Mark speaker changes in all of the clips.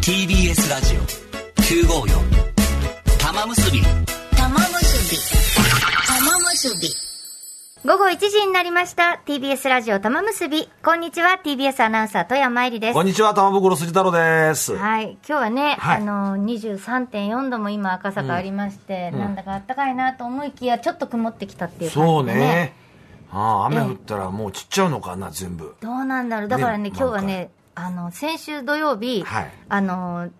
Speaker 1: TBS ラジオ954玉結び
Speaker 2: 玉結び玉結び
Speaker 3: 午後1時になりました。TBS ラジオ玉結び。こんにちは。TBS アナウンサー、富山えりです。
Speaker 4: こんにちは、玉袋筋太郎です。
Speaker 3: はい。今日はね、
Speaker 4: はい
Speaker 3: あの、23.4度も今赤坂ありまして、なんだか暖かいなと思いきや、ちょっと曇ってきたっていう感じで、ね。
Speaker 4: そうね。ああ、雨降ったらもう散っちゃうのかな、全部。
Speaker 3: どうなんだろう。だからね、
Speaker 4: ね
Speaker 3: 今日はね、あの、先週土曜日、
Speaker 4: はい
Speaker 3: あの、ん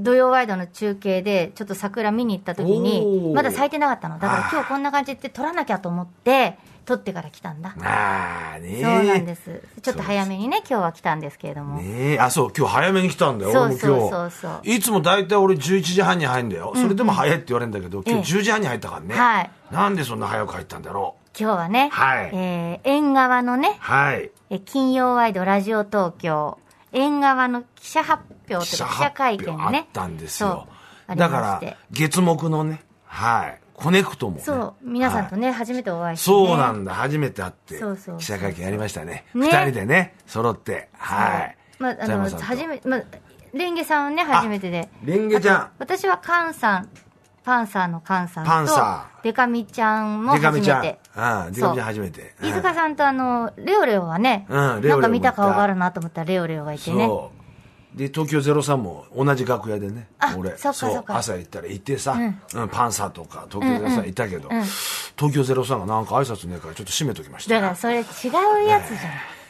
Speaker 3: 土曜ワイドの中継で、ちょっと桜見に行った時に
Speaker 4: お、ー
Speaker 3: まだ咲いてなかったの。だから今日こんな感じで撮らなきゃと思って、撮ってから来たんだ。
Speaker 4: ああ、ねえ。
Speaker 3: そうなんです。ちょっと早めにね、今日は来たんですけれども。
Speaker 4: ねえ。あ、そう、今日早めに来たんだよ、
Speaker 3: そう
Speaker 4: 俺も今日。
Speaker 3: そうそうそう
Speaker 4: いつも大体俺11時半に入るんだよ。それでも早いって言われるんだけど、今日
Speaker 3: え
Speaker 4: 10時半に入ったからね。
Speaker 3: はい
Speaker 4: なんでそんな早く入ったんだろう。
Speaker 3: 今日はね、
Speaker 4: はい
Speaker 3: えー縁側のね、
Speaker 4: はい。
Speaker 3: えー金曜ワイドラジオ東京、縁側の記者発表というか記者会見
Speaker 4: あ
Speaker 3: ね。
Speaker 4: ったんです
Speaker 3: そう
Speaker 4: よ。
Speaker 3: ありま
Speaker 4: だ
Speaker 3: し
Speaker 4: か
Speaker 3: て
Speaker 4: ら、月目のね、はい。コネクトも、ね。
Speaker 3: そう、皆さんとね、初めてお会いして、ね。
Speaker 4: そうなんだ、初めて会って
Speaker 3: そうそう
Speaker 4: 記者会見やりましたね。
Speaker 3: ね
Speaker 4: 二人でね、揃って。はい。
Speaker 3: まあ、あ
Speaker 4: ジャイマ
Speaker 3: の、
Speaker 4: さんと
Speaker 3: 初め、まあ、レンゲさんはね、初めてで。
Speaker 4: レンゲちゃん
Speaker 3: あと私はカンさん、パンサーのカンさんと、
Speaker 4: パンサ
Speaker 3: デカミちゃんも
Speaker 4: デカ
Speaker 3: 初
Speaker 4: ミ
Speaker 3: め
Speaker 4: ちゃん。
Speaker 3: て。
Speaker 4: うん、デカミちゃん初めて。
Speaker 3: 飯
Speaker 4: う
Speaker 3: 塚
Speaker 4: ん
Speaker 3: さんとあの、レオレオはね、
Speaker 4: うんレ
Speaker 3: な
Speaker 4: オレオも
Speaker 3: ん
Speaker 4: い
Speaker 3: か
Speaker 4: た
Speaker 3: 見た顔があるなと思ったらレオレオがいてね。
Speaker 4: そう。で、東京03も同じ楽屋でね
Speaker 3: あ、
Speaker 4: 俺、
Speaker 3: そっかそっか
Speaker 4: 朝行ったら行ってさ、
Speaker 3: う
Speaker 4: うんパンサーとか東京03いたけど、東京03がなんか挨拶ねえからちょっと締めときました
Speaker 3: だ
Speaker 4: よ。
Speaker 3: からそれ違うやつじゃない。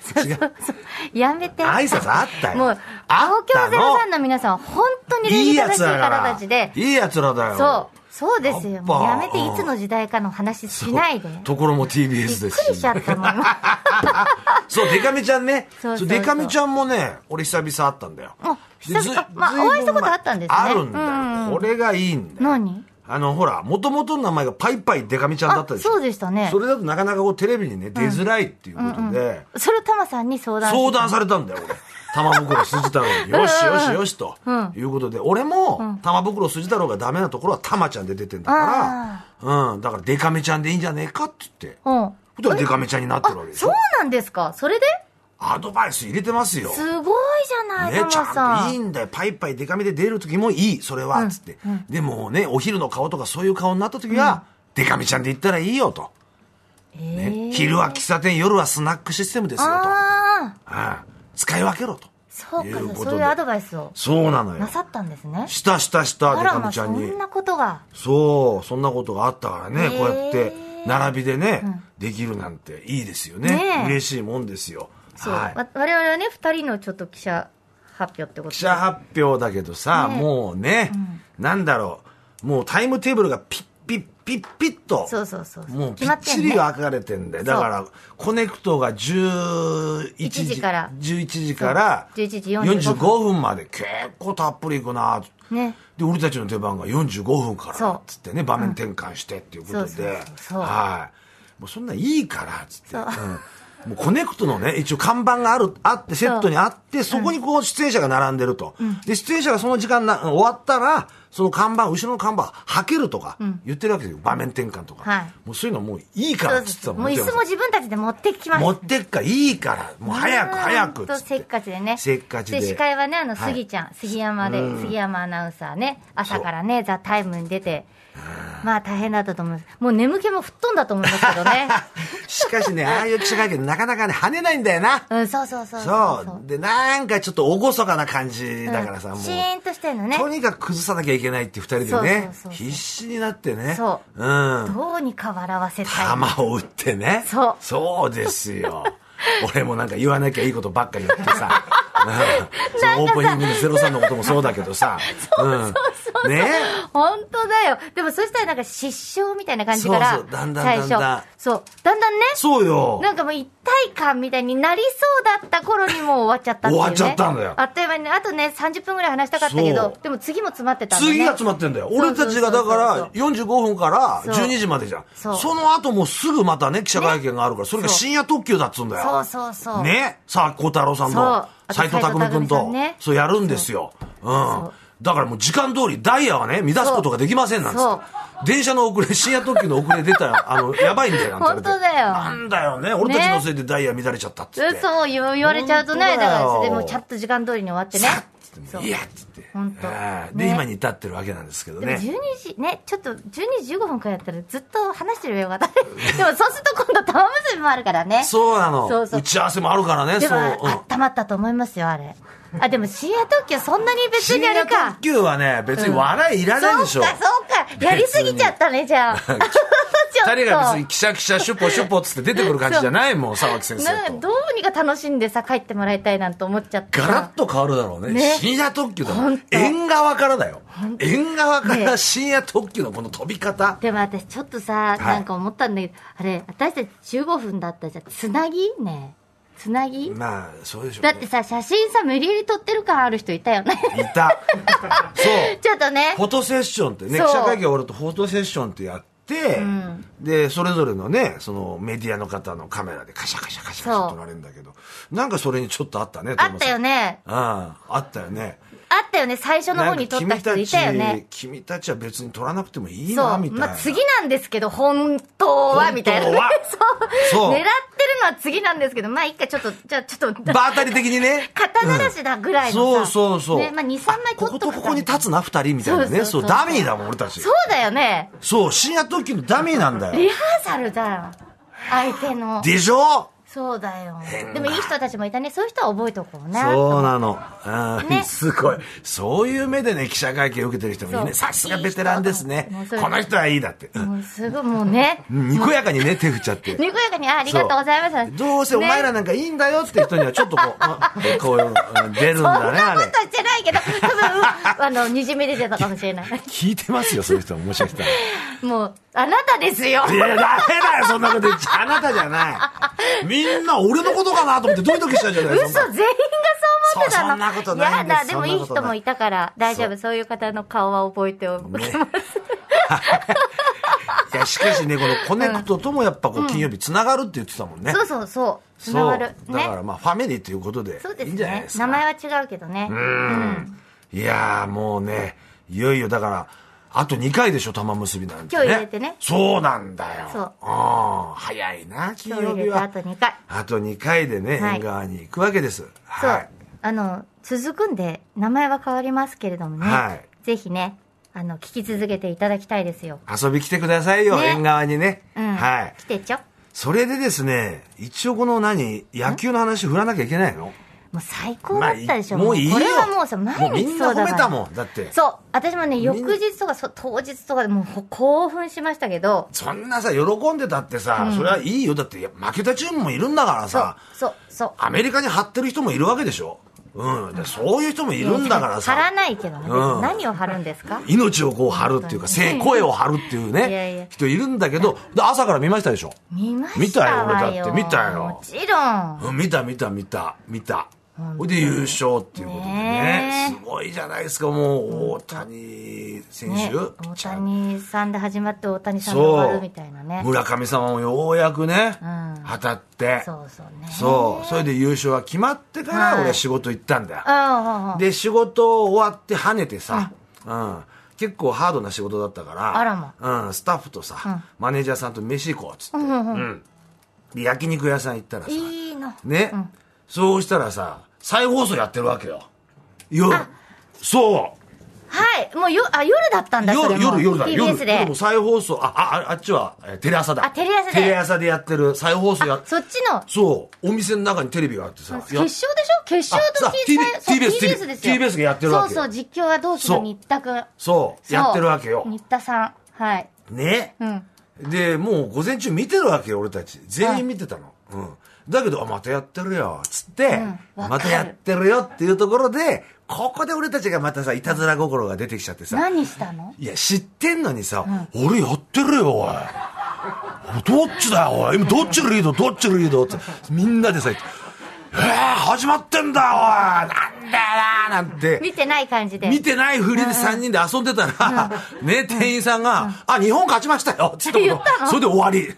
Speaker 3: そう
Speaker 4: 違う
Speaker 3: そうそう。やめて。
Speaker 4: 挨拶あったよ
Speaker 3: も
Speaker 4: あ
Speaker 3: う
Speaker 4: っ、たの
Speaker 3: 青京ゼロさんの皆さんは本当に礼
Speaker 4: いい
Speaker 3: 儀
Speaker 4: や
Speaker 3: 正し
Speaker 4: つ
Speaker 3: い
Speaker 4: だか
Speaker 3: 方
Speaker 4: ら
Speaker 3: たちで。、
Speaker 4: いいやつらだよ。
Speaker 3: そう、そうです
Speaker 4: や
Speaker 3: よ。
Speaker 4: っぱ
Speaker 3: もうやめて、
Speaker 4: うん
Speaker 3: いつの時代かの話しないで。びっく
Speaker 4: ところも TBS
Speaker 3: り
Speaker 4: です
Speaker 3: しちゃったもん。
Speaker 4: そう、デカミちゃんね。
Speaker 3: そ
Speaker 4: そうう
Speaker 3: そうそう
Speaker 4: デカミちゃんもね、俺久々会ったんだよ。
Speaker 3: あ久々
Speaker 4: でず
Speaker 3: まあ
Speaker 4: ずいぶん
Speaker 3: お会いしたことあったんですね
Speaker 4: あるんだよ。
Speaker 3: うんうん
Speaker 4: これがいいんだよ。
Speaker 3: 何
Speaker 4: あの、ほら、もともとの名前がパイパイデカミちゃんだ
Speaker 3: あ
Speaker 4: った、でしょ。
Speaker 3: そうでしたね
Speaker 4: そ。れだとなかなかこうテレビにね、出づらいっていうことで、
Speaker 3: それをタマさんに相談
Speaker 4: 相談
Speaker 3: さ
Speaker 4: されたんだよ、俺。玉袋筋太郎に。よしよしよしと。いうことで、俺も玉袋筋太郎がダメなところは玉ちゃんで出てんだから、うん。だからデカミちゃんでいいんじゃねえかって言って。
Speaker 3: うん。
Speaker 4: そしたらデカミちゃんになってるわけでし
Speaker 3: そう
Speaker 4: ょ。
Speaker 3: なんですかそれで
Speaker 4: アドバイス入れてますよ。
Speaker 3: すごいじゃない、
Speaker 4: ね、ち
Speaker 3: タマさん。
Speaker 4: ゃんといいんだよ。パイパイデカミで出る時もいい、それは、つって、でもね、お昼の顔とかそういう顔になった時は、デカミちゃんで言ったらいいよと。ね、昼は喫茶店、夜はスナックシステムですよと。
Speaker 3: ああ、
Speaker 4: ああ使い分けろと。
Speaker 3: そう
Speaker 4: いう
Speaker 3: か、
Speaker 4: こと
Speaker 3: そ
Speaker 4: で
Speaker 3: ういうアドバイスを
Speaker 4: そうなのよ
Speaker 3: な。さったんですね。
Speaker 4: したしたした、
Speaker 3: あ
Speaker 4: デ
Speaker 3: ら
Speaker 4: カ
Speaker 3: ま
Speaker 4: ミ
Speaker 3: あ、
Speaker 4: ちゃ
Speaker 3: そ
Speaker 4: んに
Speaker 3: ん。なことが。
Speaker 4: そう、そんなことがあったからね、
Speaker 3: へえ
Speaker 4: こうやって、並びでね、できるなんていいですよね。
Speaker 3: ねえ
Speaker 4: 嬉しいもんですよ。
Speaker 3: そう、
Speaker 4: はい
Speaker 3: わ我々はね、二人のちょっと記者発表ってことで
Speaker 4: 記者発表だけどさ、
Speaker 3: ね
Speaker 4: もうね、なんだろう、もうタイムテーブルがピッピッピッピッと、
Speaker 3: そうそうそうそう
Speaker 4: もう
Speaker 3: 決
Speaker 4: ぴ
Speaker 3: まっ
Speaker 4: って
Speaker 3: んね
Speaker 4: ちりが分かれてんだよ。だから、コネクトが11
Speaker 3: 1
Speaker 4: 時
Speaker 3: 時から
Speaker 4: 11時から
Speaker 3: そう11時45
Speaker 4: 45分まで結構たっぷりいくな
Speaker 3: ね
Speaker 4: で、俺たちの出番が45分から
Speaker 3: そう
Speaker 4: っつってね、場面転換してっていうこと
Speaker 3: そうそう
Speaker 4: で
Speaker 3: そう、そう
Speaker 4: はい。もうそんなんいいから、つって。
Speaker 3: そう
Speaker 4: うんもうコネクトのね、一応看板がある、あって、セットにあって、そこにこう出演者が並んでると。で、出演者がその時間な、終わったら、その看板、後ろの看板、はけるとか、言ってるわけですよ。場面転換とか。
Speaker 3: はい
Speaker 4: もうそういうのもういいか
Speaker 3: そ
Speaker 4: ら、
Speaker 3: う
Speaker 4: つって
Speaker 3: そ
Speaker 4: た
Speaker 3: う
Speaker 4: もん
Speaker 3: もう椅子も自分たちで持ってきま
Speaker 4: 持
Speaker 3: し
Speaker 4: ってっから、いいから、もう早く
Speaker 3: うん
Speaker 4: 早くっつ
Speaker 3: と
Speaker 4: って。
Speaker 3: せっかちでね
Speaker 4: せっかちで。
Speaker 3: 司会はねあの
Speaker 4: はい
Speaker 3: 杉ちゃん、杉山で杉山アナウンサーね朝からね「ザタイムに出てまあ大変だったと思いますもう眠気も吹っ飛んだと思いますけど ね、
Speaker 4: しかし ね、ああいう記者会見、なかなかね、跳ねないんだよな。
Speaker 3: うん、そうそうそう
Speaker 4: そうで、なんかちょっと厳かな感じだから
Speaker 3: う
Speaker 4: さ、
Speaker 3: ん
Speaker 4: もう。
Speaker 3: シーンとしてんのね
Speaker 4: とにかく崩さなきゃいけないって二人でね
Speaker 3: そうそうそうそう
Speaker 4: 必死になってね。。
Speaker 3: そう
Speaker 4: ん。
Speaker 3: どうにか笑わせたい
Speaker 4: 球を打ってね。
Speaker 3: そう
Speaker 4: そうで すよ。俺もなんか言わなきゃいいことばっかり言ってさ。うん、そのオープニングのゼロさんのこともそうだけ どさ。そうそうそうね
Speaker 3: 本当だよでもそしたらなんか失笑みたいな感じから
Speaker 4: そうそうだんだんだんだん
Speaker 3: 最初そうだんだんね
Speaker 4: そうよ。
Speaker 3: なんかもう一体感みたいになりそうだった頃にもう終わっちゃったっていう、ね、
Speaker 4: 終わっちゃったんだよ
Speaker 3: あっという間にねあとね30分ぐらい話したかったけ
Speaker 4: そ
Speaker 3: ど
Speaker 4: う
Speaker 3: でも次も詰まってたんだ、ね、
Speaker 4: 次が詰まってんだよ。俺たちがだから45分から12時までじゃん。
Speaker 3: そ
Speaker 4: そうの後もうすぐまたね、記者会見があるから、それが深夜特急だっつうんだよ。
Speaker 3: そうそうそう
Speaker 4: ね。さあ、孝太郎さん
Speaker 3: そう
Speaker 4: と斎藤匠君
Speaker 3: あと斉藤工さん
Speaker 4: と
Speaker 3: ね、
Speaker 4: そうやるんですよ。うん
Speaker 3: う。
Speaker 4: だからもう時間通り、ダイヤはね、乱すことができませんなんつっ
Speaker 3: そう
Speaker 4: て。電車の遅れ、深夜特急の遅れ出 たら、あの、やばいんだよなんて言われて。
Speaker 3: 本当だよ
Speaker 4: なんだよね。俺たちのせいでダイヤ乱れちゃったっつって。
Speaker 3: 嘘を言う言われちゃうとね
Speaker 4: 本当
Speaker 3: だ
Speaker 4: だよ
Speaker 3: からそれでもうチャット時間通りに終わってね
Speaker 4: さっつって、いやっつって。
Speaker 3: 本当
Speaker 4: えーで、
Speaker 3: ね
Speaker 4: 今に至ってるわけなんですけど
Speaker 3: でも12
Speaker 4: ね。
Speaker 3: 時、ね、ちょっと12時15分からやったらずっと話してるよ、 私。でもそうすると今度玉結びもあるからね。
Speaker 4: そうなの
Speaker 3: そうそう
Speaker 4: 打ち合わせもあるからね、
Speaker 3: で
Speaker 4: そ
Speaker 3: も、
Speaker 4: う。
Speaker 3: あ
Speaker 4: うん
Speaker 3: ったまったと思いますよ、あれ。あ、でも深夜特急そんなに別にあれ
Speaker 4: 深夜
Speaker 3: か
Speaker 4: 特。急はね、別に笑いいらないでしょ。
Speaker 3: そうか、そうか。やりすぎちゃったね、じ ゃあ。ちょっと。
Speaker 4: 二人が別にキシャキシャシュポシュポっつって出てくる感じじゃないもん、沢木先
Speaker 3: なん
Speaker 4: 生
Speaker 3: か
Speaker 4: と。
Speaker 3: どうにか楽しんでさ、帰ってもらいたいなんて思っちゃった。
Speaker 4: ガラッと変わるだろうね。
Speaker 3: ね
Speaker 4: 深夜特急だも
Speaker 3: ほん
Speaker 4: ん
Speaker 3: と。
Speaker 4: 縁側からだよ。縁側か
Speaker 3: ね
Speaker 4: ら深夜特急のこの飛び方。
Speaker 3: でも私ちょっとさ、
Speaker 4: い
Speaker 3: なんか思ったんだけど、あれ、私たち15分だったじゃん。つなぎねえつなぎ
Speaker 4: まあ、そうでしょう
Speaker 3: だ
Speaker 4: ね。
Speaker 3: ってさ、写真さ、無理やり撮ってる感ある人いた よね。
Speaker 4: いた。そう。
Speaker 3: ちょっとね
Speaker 4: フ。ォトセッションってね、記
Speaker 3: そう
Speaker 4: 者会見終わるとフォトセッションってやって、で、それぞれのね、そのメディアの方のカメラでカシャカシャカシャ
Speaker 3: そ
Speaker 4: カシャ
Speaker 3: う
Speaker 4: 撮られるんだけど、なんかそれにちょっとあったね、
Speaker 3: あったよ
Speaker 4: ね。
Speaker 3: ね。
Speaker 4: うん、あったよね。
Speaker 3: あったよね。最初の方に撮った人いたよ
Speaker 4: なんか
Speaker 3: ね。
Speaker 4: 君たち、君たちは別に撮らなくてもいい
Speaker 3: そう
Speaker 4: な、みたいな。
Speaker 3: まあ、次なんですけど、本当は、みたいなね。
Speaker 4: 本 当
Speaker 3: そう。
Speaker 4: はそう
Speaker 3: 狙ってるのは次なんですけど、まあ、いっか、ちょっと、じゃあ、ちょっと、
Speaker 4: 場当たり的にね。
Speaker 3: 肩慣らしだぐらい
Speaker 4: そ
Speaker 3: のさ
Speaker 4: うそうそう。
Speaker 3: ね、まあ、2、3枚
Speaker 4: こ
Speaker 3: 撮
Speaker 4: こ
Speaker 3: っと
Speaker 4: と
Speaker 3: く
Speaker 4: ここに立
Speaker 3: つ。
Speaker 4: つな、二人みたいなね。
Speaker 3: そ
Speaker 4: そう
Speaker 3: そうそう
Speaker 4: う、ダミーだもん、俺たち
Speaker 3: そ。うだよね。
Speaker 4: そう、深夜特急のダミーなんだ
Speaker 3: リ
Speaker 4: よ。
Speaker 3: ハーサルだよ。相手の。
Speaker 4: でしょ
Speaker 3: そうだよ。でも、いい人たちもいたね。そういう人は覚えとこうね。
Speaker 4: そうなの。あー
Speaker 3: ね
Speaker 4: すごい。そういう目でね、記者会見を受けてる人もいる
Speaker 3: そう
Speaker 4: ね。さすがベテランですね
Speaker 3: もうそ。れ
Speaker 4: この人はいいだって。うん
Speaker 3: もうすぐもうね。
Speaker 4: にこやかにね、手振っちゃって。
Speaker 3: にこやかに、あありがとうございま
Speaker 4: そ
Speaker 3: す。
Speaker 4: うどうせお前ら
Speaker 3: ね
Speaker 4: なんかいいんだよって人にはちょっとこう、あ こういううん出るん
Speaker 3: そん
Speaker 4: だね、
Speaker 3: な
Speaker 4: あ
Speaker 3: こ
Speaker 4: れ
Speaker 3: と。してないけど、多分、あの、にじみ出てたかもしれない。
Speaker 4: 聞いてますよ、そういう人は。もしかしたら。
Speaker 3: もう、あなたですよ。
Speaker 4: いや、ダメだよ、そんなこと言っちゃ。あなたじゃない。みんな俺のことかなと思ってドキドキしたじゃない
Speaker 3: 嘘
Speaker 4: です
Speaker 3: 全員がそう思ってたの
Speaker 4: そうそんなことないんです
Speaker 3: やだでもいい人もいたから大丈夫
Speaker 4: そ
Speaker 3: そうういう方の顔は覚えておく、
Speaker 4: いや、しかしね、このコネクトともやっぱこう、金曜日つながるって言ってたもんね。
Speaker 3: そうそうそうつ
Speaker 4: そう
Speaker 3: ながる
Speaker 4: だから
Speaker 3: ね
Speaker 4: まあ、ファミリーということで
Speaker 3: そうで、
Speaker 4: い
Speaker 3: す
Speaker 4: いんじゃない
Speaker 3: ね
Speaker 4: ですか。
Speaker 3: 名前は違うけどね
Speaker 4: うん。いやー、もうね、いよいよだから、あと2回でしょ、玉結びなんて、ね。
Speaker 3: 今日入れてね
Speaker 4: そうなんだよ。
Speaker 3: そう
Speaker 4: うん。早いな、金
Speaker 3: 今日
Speaker 4: 曜
Speaker 3: 入
Speaker 4: 日
Speaker 3: れた
Speaker 4: は
Speaker 3: あ。と2回
Speaker 4: あと2回でね、
Speaker 3: はい
Speaker 4: 縁側に行くわけです。
Speaker 3: そう、
Speaker 4: はい。
Speaker 3: あの続くんで名前は変わりますけれどもね、
Speaker 4: はい
Speaker 3: ぜひねあの聞き続けていただきたいですよ、
Speaker 4: 遊び来てくださいよ、
Speaker 3: ね
Speaker 4: 縁側にね。
Speaker 3: うん
Speaker 4: はい。
Speaker 3: 来てちょ
Speaker 4: それでですね、一応この何、野球の話振らなきゃいけないの
Speaker 3: もう最高だったでしょ、
Speaker 4: まあもういいよ
Speaker 3: これはもうさ毎
Speaker 4: もうみ
Speaker 3: 日
Speaker 4: んな
Speaker 3: そうだ
Speaker 4: 褒
Speaker 3: から
Speaker 4: めたもん。だって。
Speaker 3: そう私もね
Speaker 4: んな
Speaker 3: 翌日とかそう当日とかでもうほ興奮しましたけど
Speaker 4: そんなさ、喜んでたってさ、それはいいよ。だって、いや負けたチームもいるんだから
Speaker 3: そう
Speaker 4: さ、
Speaker 3: そうそう
Speaker 4: アメリカに張ってる人もいるわけでしょ。うん。でそういう人もいるんだから
Speaker 3: 貼ら
Speaker 4: さ、
Speaker 3: ないけどね、
Speaker 4: うん
Speaker 3: 何を貼るんですか
Speaker 4: 命をこう張るっていうか、せ声を張るっていう
Speaker 3: いやいや
Speaker 4: ね、人いるんだけど、で朝から見ましたでしょ。
Speaker 3: 見ました
Speaker 4: 見たよ
Speaker 3: わ
Speaker 4: 俺だって見たよ
Speaker 3: もちろん
Speaker 4: うん見た見た見た見たほいで優勝っていうことでね
Speaker 3: ね
Speaker 4: すごいじゃないですかもう大谷選手、
Speaker 3: ね、
Speaker 4: ピ
Speaker 3: 大
Speaker 4: ッチャー
Speaker 3: 谷さんで始まって大谷さんで終わ
Speaker 4: そ
Speaker 3: るみたいなね
Speaker 4: う村上様もようやくね、
Speaker 3: うん
Speaker 4: 当たって
Speaker 3: そうそうね
Speaker 4: そうそれで優勝は決まってか
Speaker 3: は
Speaker 4: ら
Speaker 3: い
Speaker 4: 俺は仕事行ったんだよ、
Speaker 3: ああ
Speaker 4: で仕事終わって跳ねてさ、うん結構ハードな仕事だったから
Speaker 3: あらま
Speaker 4: うん、スタッフとさ、マネージャーさんと飯行こうっつって、うんで焼肉屋さん行ったらさ、
Speaker 3: いいの
Speaker 4: ね、そうしたらさ再放送やってるわけよ夜そ
Speaker 3: はいもうよあ夜だったん
Speaker 4: う
Speaker 3: だそれ
Speaker 4: 夜
Speaker 3: も
Speaker 4: 夜夜だ
Speaker 3: TBS
Speaker 4: 夜夜
Speaker 3: で
Speaker 4: も再放送あああっちはえーテレ朝だ
Speaker 3: あテレ朝で
Speaker 4: テレ朝でやってる再放送や
Speaker 3: あそっちの
Speaker 4: そうお店の中にテレビがあってさ
Speaker 3: 決
Speaker 4: や
Speaker 3: 勝でしょ決勝
Speaker 4: あ
Speaker 3: と
Speaker 4: さ TV
Speaker 3: そう
Speaker 4: TBS
Speaker 3: TBS ですよ
Speaker 4: TBS がやってるわけ
Speaker 3: そうそう実況は同期の新田君
Speaker 4: そう
Speaker 3: そう
Speaker 4: やってるわけよ
Speaker 3: 新田さんはい
Speaker 4: ね、
Speaker 3: ん
Speaker 4: でもう午前中見てるわけよ俺たち全員見てたの、うん、だけどあまたやってるよつって、
Speaker 3: わかる
Speaker 4: またやってるよっていうところでここで俺たちがまたさいたずら心が出てきちゃってさ
Speaker 3: 何したの
Speaker 4: いや、知ってんのにさ、俺やってるよ、おい。どっちだよ、おい。今、どっちリード、どっちリードって、みんなでさ、えー、始まってんだよ、おい。なんだよな、なんて。
Speaker 3: 見てない感じで
Speaker 4: 見てないふりで3人で遊んでたら、ね、店員さんが、あ、日本勝ちましたよ、つって
Speaker 3: 言ったの
Speaker 4: それで終わり。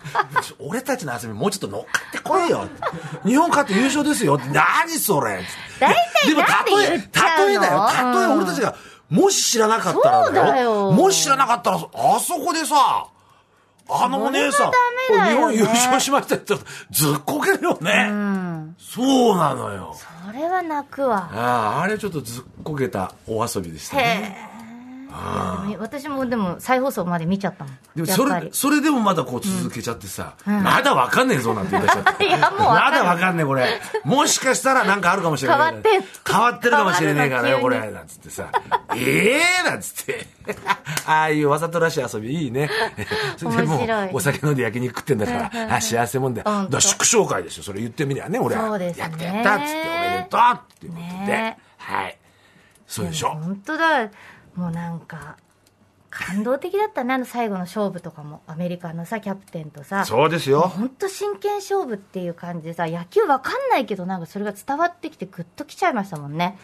Speaker 4: 俺たちの遊びもうちょっと乗っかってこいよ。日本勝って優勝ですよ。何それ。
Speaker 3: 大体
Speaker 4: でも、たとえ、
Speaker 3: なんで言っちゃうの
Speaker 4: 例えだよ。例え
Speaker 3: うん
Speaker 4: 俺たちが、もし知らなかったら
Speaker 3: そうだよ
Speaker 4: もし知らなかったら、あそこでさ、あのお姉さん、
Speaker 3: それはダメだよね
Speaker 4: 日本優勝しましたって言ったらずっこけるよね。
Speaker 3: うん。
Speaker 4: そうなのよ。
Speaker 3: それは泣くわ。
Speaker 4: ああ、あれちょっとずっこけたお遊びでしたね。
Speaker 3: へえ。私もでも再放送まで見ちゃったもん。
Speaker 4: でも
Speaker 3: や
Speaker 4: そ
Speaker 3: っぱ
Speaker 4: れ
Speaker 3: り、。
Speaker 4: それでもまだこう続けちゃってさ、
Speaker 3: ん
Speaker 4: まだわかんねえぞなんて言い出しちゃって。
Speaker 3: いやもうわか
Speaker 4: ま
Speaker 3: んない
Speaker 4: だわかんねえこれ。もしかしたらなんかあるかもしれない。
Speaker 3: 変わってん
Speaker 4: 変わってるかもしれねえからよ、
Speaker 3: 変
Speaker 4: こ
Speaker 3: わるの
Speaker 4: れ
Speaker 3: 急。
Speaker 4: なんつってさ、ええなんつって。 ああいうわざとらしい遊びいいね。 それでもう
Speaker 3: 面白い
Speaker 4: お酒飲んで焼肉食ってんだか
Speaker 3: うんうんう
Speaker 4: ら、
Speaker 3: ん
Speaker 4: あ幸せもんだよ。だ
Speaker 3: ほん
Speaker 4: か
Speaker 3: と
Speaker 4: ら祝勝会ですよ。それ言ってみりゃね、俺は。
Speaker 3: そうですね
Speaker 4: やったやったっつって、おめでとうっていうことで
Speaker 3: ね。
Speaker 4: はい。そうでしょ。
Speaker 3: 本当だ。もうなんか、感動的だったね、あの最後の勝負とかも。アメリカのさ、キャプテンとさ。
Speaker 4: そうですよ。
Speaker 3: 本当真剣勝負っていう感じでさ野球わかんないけどなんかそれが伝わってきてグッときちゃいましたもんね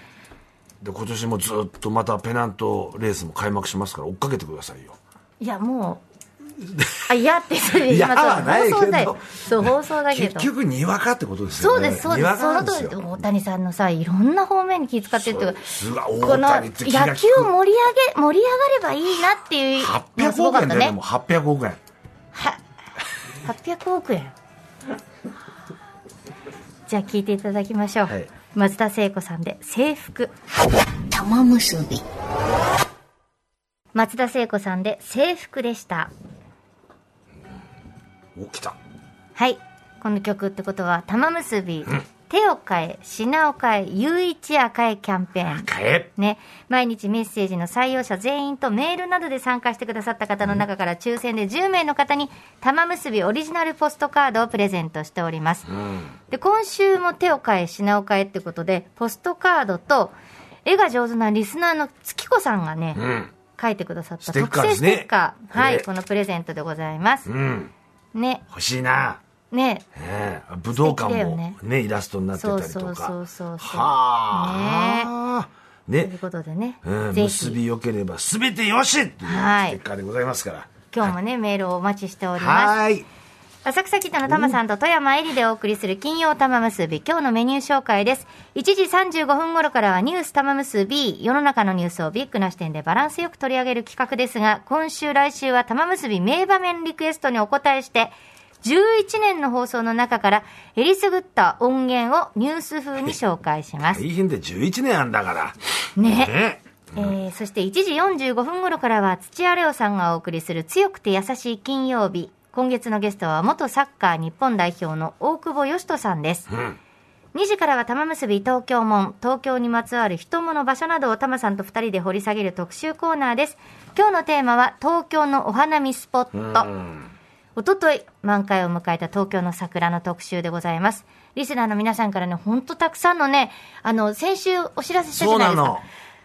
Speaker 4: で今年もずっとまたペナントレースも開幕しますから追っかけてくださいよ
Speaker 3: いやも うあいやってそれ
Speaker 4: いやはないけど
Speaker 3: 放送だよそう放送だけ
Speaker 4: 結
Speaker 3: ど
Speaker 4: 局にわかってことです
Speaker 3: そ
Speaker 4: よ
Speaker 3: う
Speaker 4: ね
Speaker 3: ですそう
Speaker 4: に
Speaker 3: で
Speaker 4: わ
Speaker 3: すそ
Speaker 4: か
Speaker 3: の
Speaker 4: なんです
Speaker 3: 通り
Speaker 4: よ
Speaker 3: 大谷さんのさいろんな方面に気遣ってっていうか
Speaker 4: そうすごい
Speaker 3: この
Speaker 4: 大谷って気が利く
Speaker 3: 野球を盛り上げ盛り上がればいいなっていうのがす
Speaker 4: 800
Speaker 3: ご
Speaker 4: 億
Speaker 3: かっ
Speaker 4: 円
Speaker 3: た
Speaker 4: だよ、でも800億円
Speaker 3: は800億円じゃあ聞いていただきましょう、
Speaker 4: はい
Speaker 3: 松田聖子さんで「制服」
Speaker 2: 玉結び
Speaker 3: 松田聖子さんで制服でした。
Speaker 4: 起きた
Speaker 3: はい。この曲ってことは、玉結び、手を変え、品を変え、唯一赤いキャンペーン。
Speaker 4: 買え
Speaker 3: ね、毎日メッセージの採用者全員とメールなどで参加してくださった方の中から抽選で10名の方に玉結びオリジナルポストカードをプレゼントしております、で今週も手を変え品を変えってことでポストカードと絵が上手なリスナーの月子さんがね、
Speaker 4: うん
Speaker 3: 書いてくださった
Speaker 4: ステッ
Speaker 3: 特
Speaker 4: カーで
Speaker 3: 製
Speaker 4: す
Speaker 3: ス
Speaker 4: ね
Speaker 3: テッカー、は
Speaker 4: ね
Speaker 3: い、このプレゼントでございます
Speaker 4: う。ん
Speaker 3: ね、
Speaker 4: 欲しいな、
Speaker 3: ね、
Speaker 4: ねえ、武道館
Speaker 3: 素敵だよ
Speaker 4: もね
Speaker 3: ね
Speaker 4: イラストになってたりとか
Speaker 3: そうそうそうそうそう
Speaker 4: はあ
Speaker 3: と
Speaker 4: ね
Speaker 3: いうことでね
Speaker 4: うん、、
Speaker 3: ぜ
Speaker 4: 結び
Speaker 3: ひ、
Speaker 4: よければ全てよしっていうステ
Speaker 3: はい
Speaker 4: ッカーでございますから
Speaker 3: 今日もね、メールをお待ちしております。
Speaker 4: はい
Speaker 3: 浅草キッドのタマさんと富山えりでお送りする金曜玉結び、今日のメニュー紹介です。1時35分頃からはニュース玉結び、世の中のニュースをビッグな視点でバランスよく取り上げる企画ですが、今週来週は玉結び名場面リクエストにお答えして、11年の放送の中から、えりすぐった音源をニュース風に紹介します。
Speaker 4: 大変で11年あんだから
Speaker 3: ね。え
Speaker 4: ね
Speaker 3: ーそして1時45分頃からは土屋レオさんがお送りする強くて優しい金曜日。今月のゲストは元サッカー日本代表の大久保嘉人さんです。
Speaker 4: うん
Speaker 3: 2時からは玉結び東京門、東京にまつわる人物場所などを玉さんと2人で掘り下げる特集コーナーです。今日のテーマは東京のお花見スポット。おととい、満開を迎えた東京の桜の特集でございます。リスナーの皆さんからね、ほんとたくさんのね、あの、先週お知らせしたじゃないですか
Speaker 4: そうなの。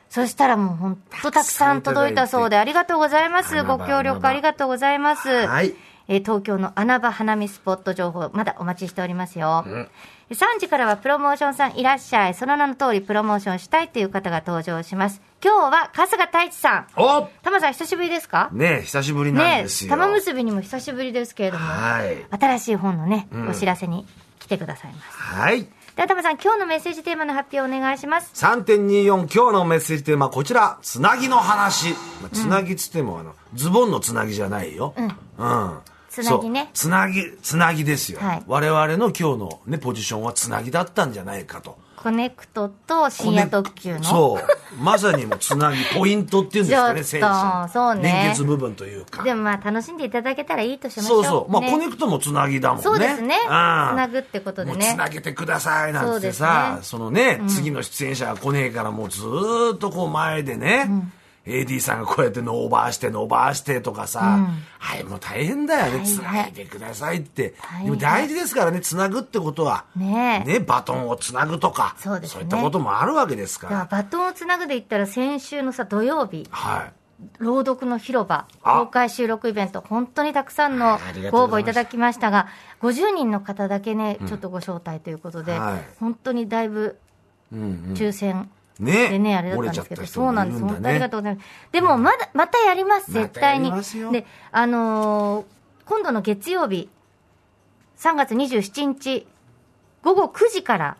Speaker 3: そしたらもうほんとたくさん届いたそうで、ありがとうございます。
Speaker 4: 花場
Speaker 3: ご協
Speaker 4: 花
Speaker 3: 力
Speaker 4: 場
Speaker 3: ありがとうございます。
Speaker 4: はい
Speaker 3: えー東京の穴場花見スポット情報、まだお待ちしておりますよ。3時からはプロモーションさんいらっしゃい。その名の通りプロモーションしたいという方が登場します。今日は春日太一さん。
Speaker 4: お
Speaker 3: 玉さん久しぶりですか
Speaker 4: ねえ久しぶりなん
Speaker 3: ね
Speaker 4: です
Speaker 3: え、
Speaker 4: よ、
Speaker 3: 玉結びにも久しぶりですけれども、
Speaker 4: はい
Speaker 3: 新しい本のね、
Speaker 4: ん
Speaker 3: お知らせに来てくださいます。
Speaker 4: はい
Speaker 3: では、玉さん、今日のメッセージテーマの発表お願いします。
Speaker 4: 3.24今日のメッセージテーマはこちらつなぎの話まあつなぎっつっても、あのズボンのつなぎじゃないようん、
Speaker 3: つなぎね
Speaker 4: そうつなぎつなぎですよ、
Speaker 3: はい
Speaker 4: 我々の今日の、ね、ポジションはつなぎだったんじゃないかと
Speaker 3: コネクトと深夜特急の。
Speaker 4: そうまさにもうつなぎポイントっていうんですかね
Speaker 3: ちょ
Speaker 4: 選
Speaker 3: っと
Speaker 4: 手の
Speaker 3: そうね
Speaker 4: 連結部分というか
Speaker 3: でもまあ、楽しんでいただけたらいいとしましょ。
Speaker 4: そううそう、まあ、
Speaker 3: ね
Speaker 4: コネクトもつなぎだもんね
Speaker 3: そうですね
Speaker 4: ん
Speaker 3: つなぐってことでね
Speaker 4: もうつなげてくださいなんつってさそ,、
Speaker 3: そうですね
Speaker 4: のね、次の出演者が来ねえからもうずーっとこう前でね、AD さんがこうやって伸ばして伸ばしてとかさ、はいもう大変だよねつな
Speaker 3: 大変
Speaker 4: いでくださいって
Speaker 3: 大変
Speaker 4: でも大事ですからねつなぐってことは
Speaker 3: ねえ
Speaker 4: ねバトンをつなぐとか
Speaker 3: そうですね
Speaker 4: いったこともあるわけですか
Speaker 3: だからバ
Speaker 4: ら
Speaker 3: トンをつなぐで言ったら先週のさ土曜日
Speaker 4: はい
Speaker 3: 朗読の広場
Speaker 4: あ
Speaker 3: 公開収録イベント本当にたくさんの
Speaker 4: ありがとう
Speaker 3: ご
Speaker 4: ご
Speaker 3: 応
Speaker 4: ざ
Speaker 3: 募
Speaker 4: い
Speaker 3: い
Speaker 4: ました
Speaker 3: ただきましたが50人の方だけねちょっとご招待ということで、
Speaker 4: はい
Speaker 3: 本当にだいぶ抽選
Speaker 4: ね
Speaker 3: でね、あれだっ
Speaker 4: 折
Speaker 3: た
Speaker 4: れ
Speaker 3: ん
Speaker 4: ち
Speaker 3: です
Speaker 4: ゃっ
Speaker 3: け
Speaker 4: た
Speaker 3: ど、
Speaker 4: 人
Speaker 3: そ
Speaker 4: も
Speaker 3: う
Speaker 4: い
Speaker 3: な
Speaker 4: る
Speaker 3: んです。本
Speaker 4: んだ
Speaker 3: 当あり
Speaker 4: ね
Speaker 3: がとうございます。でも、まだ、またやります、絶対に。
Speaker 4: またやりますよ
Speaker 3: で、あのー今度の月曜日、3月27日、午後9時から、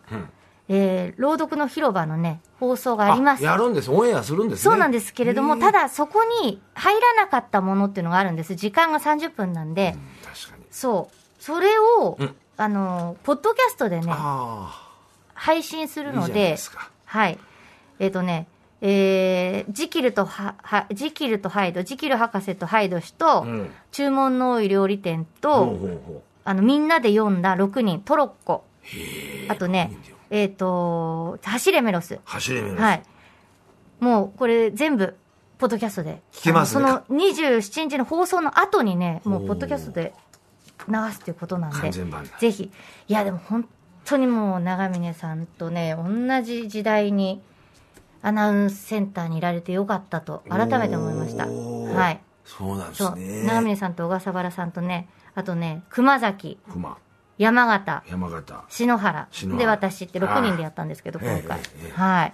Speaker 3: えー朗読の広場のね、放送があります。
Speaker 4: やるんです。オンエアするんですね。
Speaker 3: そうなんですけれども、ただそこに入らなかったものっていうのがあるんです。時間が30分なんで、
Speaker 4: 確かに。
Speaker 3: そう。それを、
Speaker 4: うん
Speaker 3: あの、ポッドキャストでね、
Speaker 4: あ
Speaker 3: 配信する
Speaker 4: あ、いい
Speaker 3: の
Speaker 4: じゃない
Speaker 3: で
Speaker 4: で、すか。
Speaker 3: はい。えっ、とね、えージキルとハ、はジキルとハイド、ジキル博士とハイド氏と、
Speaker 4: うん
Speaker 3: 注文の多い料理店と、
Speaker 4: ほうほうほ
Speaker 3: あの、みんなで読んだ6人、トロッコ。あとね
Speaker 4: 六人で読、
Speaker 3: えっ、と、走れメロス。
Speaker 4: う。走れ目
Speaker 3: はい。もう、これ全部、ポッドキャストで。
Speaker 4: 聞けますね
Speaker 3: あのその27日の放送の後にね、も
Speaker 4: お
Speaker 3: う、
Speaker 4: ー
Speaker 3: ポッドキャストで流すということなん
Speaker 4: 完
Speaker 3: で、
Speaker 4: 全版だ
Speaker 3: ぜひ。いや、でも本当にもう、長峰さんとね、同じ時代に、アナウンスセンターにいられてよかったと、改めて思いました。
Speaker 4: おー
Speaker 3: はい。
Speaker 4: そうなんで
Speaker 3: そ
Speaker 4: す
Speaker 3: う、
Speaker 4: ね。
Speaker 3: 長峰さんと小笠原さんとね、あとね、熊崎、
Speaker 4: 熊、
Speaker 3: 山形、
Speaker 4: 山形。
Speaker 3: 篠原
Speaker 4: 篠原
Speaker 3: で私って6人でやったんですけど、
Speaker 4: ああ
Speaker 3: 今回
Speaker 4: ええええ。
Speaker 3: はい。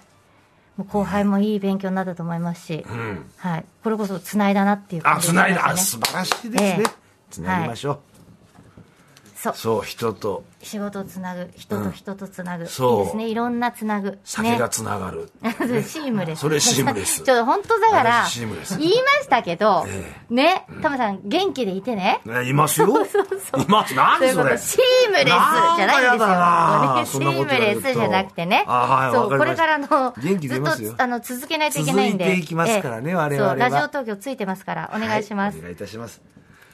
Speaker 3: もう後輩もいい勉強になったと思いますし、
Speaker 4: うん。
Speaker 3: はい。これこそ繋いだなっていう
Speaker 4: あ、
Speaker 3: 感じ
Speaker 4: つないだ。
Speaker 3: が
Speaker 4: あ
Speaker 3: し
Speaker 4: 素
Speaker 3: ま
Speaker 4: 晴らしいですね
Speaker 3: ええ。
Speaker 4: つなぎましょ
Speaker 3: したね。そう
Speaker 4: う。。そう、人と
Speaker 3: 仕事をつなぐ、人と人とつなぐ。いい
Speaker 4: そう
Speaker 3: ですね。いろんなつなぐ。ね。
Speaker 4: 酒がつながる。
Speaker 3: シームレス。
Speaker 4: それシームレ ス
Speaker 3: ちょっと本当だから
Speaker 4: 私シームレ、ス
Speaker 3: 言いましたけど
Speaker 4: え、
Speaker 3: ね、タマさん元気でいてね。
Speaker 4: ね いますよ。います。何
Speaker 3: というこ
Speaker 4: そ
Speaker 3: と
Speaker 4: れ。
Speaker 3: シームレスじゃないんですよ。
Speaker 4: なんかやだな
Speaker 3: シームレスじゃなくてね。
Speaker 4: そんなこと言われるとあはい
Speaker 3: そ
Speaker 4: わ
Speaker 3: う、
Speaker 4: か
Speaker 3: こ
Speaker 4: り
Speaker 3: れ
Speaker 4: まし
Speaker 3: か
Speaker 4: た
Speaker 3: らの、
Speaker 4: 元気出ますよ
Speaker 3: ずっと、あの、続けないといけないんで。
Speaker 4: 続いていきますからね
Speaker 3: ええ
Speaker 4: 我々は
Speaker 3: そう、ラジオ東京ついてますから、お願いします。
Speaker 4: はお願いいたします。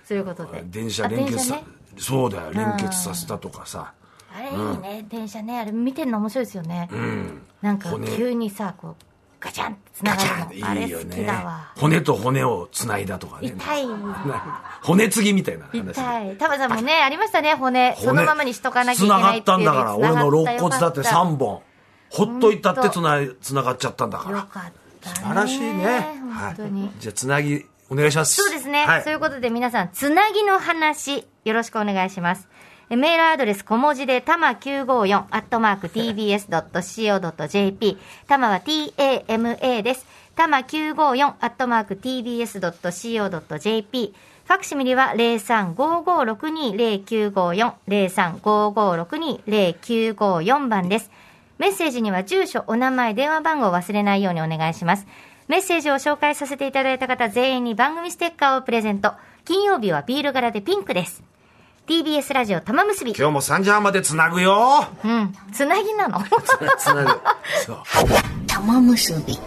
Speaker 3: ということで。
Speaker 4: 電車
Speaker 3: あ
Speaker 4: 連結さ
Speaker 3: ね、
Speaker 4: そうだよ、連結させたとかさ。
Speaker 3: あれいいね、電車ね。あれ見てるの面白いですよね。
Speaker 4: うん。
Speaker 3: なんか
Speaker 4: 骨
Speaker 3: 急にさ、こう、ガチャンってつな
Speaker 4: ガ
Speaker 3: が
Speaker 4: チャンっ
Speaker 3: る
Speaker 4: て
Speaker 3: の。あれ
Speaker 4: いいよ
Speaker 3: 好きだ
Speaker 4: ね
Speaker 3: わ。。
Speaker 4: 骨と骨をつないだとかね。
Speaker 3: 痛い。
Speaker 4: な骨継ぎみたいな話。
Speaker 3: 痛い。タマさんもね、ありましたね、骨。
Speaker 4: 骨
Speaker 3: そのままにしとかなきゃいけ
Speaker 4: 繋
Speaker 3: な
Speaker 4: が
Speaker 3: い
Speaker 4: っ
Speaker 3: ってい
Speaker 4: た
Speaker 3: うん
Speaker 4: だから、
Speaker 3: つな
Speaker 4: 俺
Speaker 3: が
Speaker 4: の
Speaker 3: った
Speaker 4: 肋
Speaker 3: よ
Speaker 4: 骨だって
Speaker 3: かた
Speaker 4: 3本。ほっといたってつなつながっちゃったんだか
Speaker 3: よ
Speaker 4: ら。
Speaker 3: かった、ね。
Speaker 4: 素晴らしいね。
Speaker 3: 本当に。
Speaker 4: はい。じゃあ、つなぎ、お願いします。
Speaker 3: そうですね。
Speaker 4: はい
Speaker 3: そういうことで皆さん、つなぎの話、よろしくお願いします。えメールアドレス小文字で、たま954、アットマーク tbs.co.jp。たまは tama です。たま954、アットマーク tbs.co.jp。ファクシミリは0355620954、0355620954番です。メッセージには住所、お名前、電話番号を忘れないようにお願いします。メッセージを紹介させていただいた方全員に番組ステッカーをプレゼント。金曜日はビール柄でピンクです。TBS ラジオ玉結び。
Speaker 4: 今日も3時半までつなぐよ。
Speaker 3: うん。つなぎなの
Speaker 4: つなぐ。そう。
Speaker 2: 玉結び。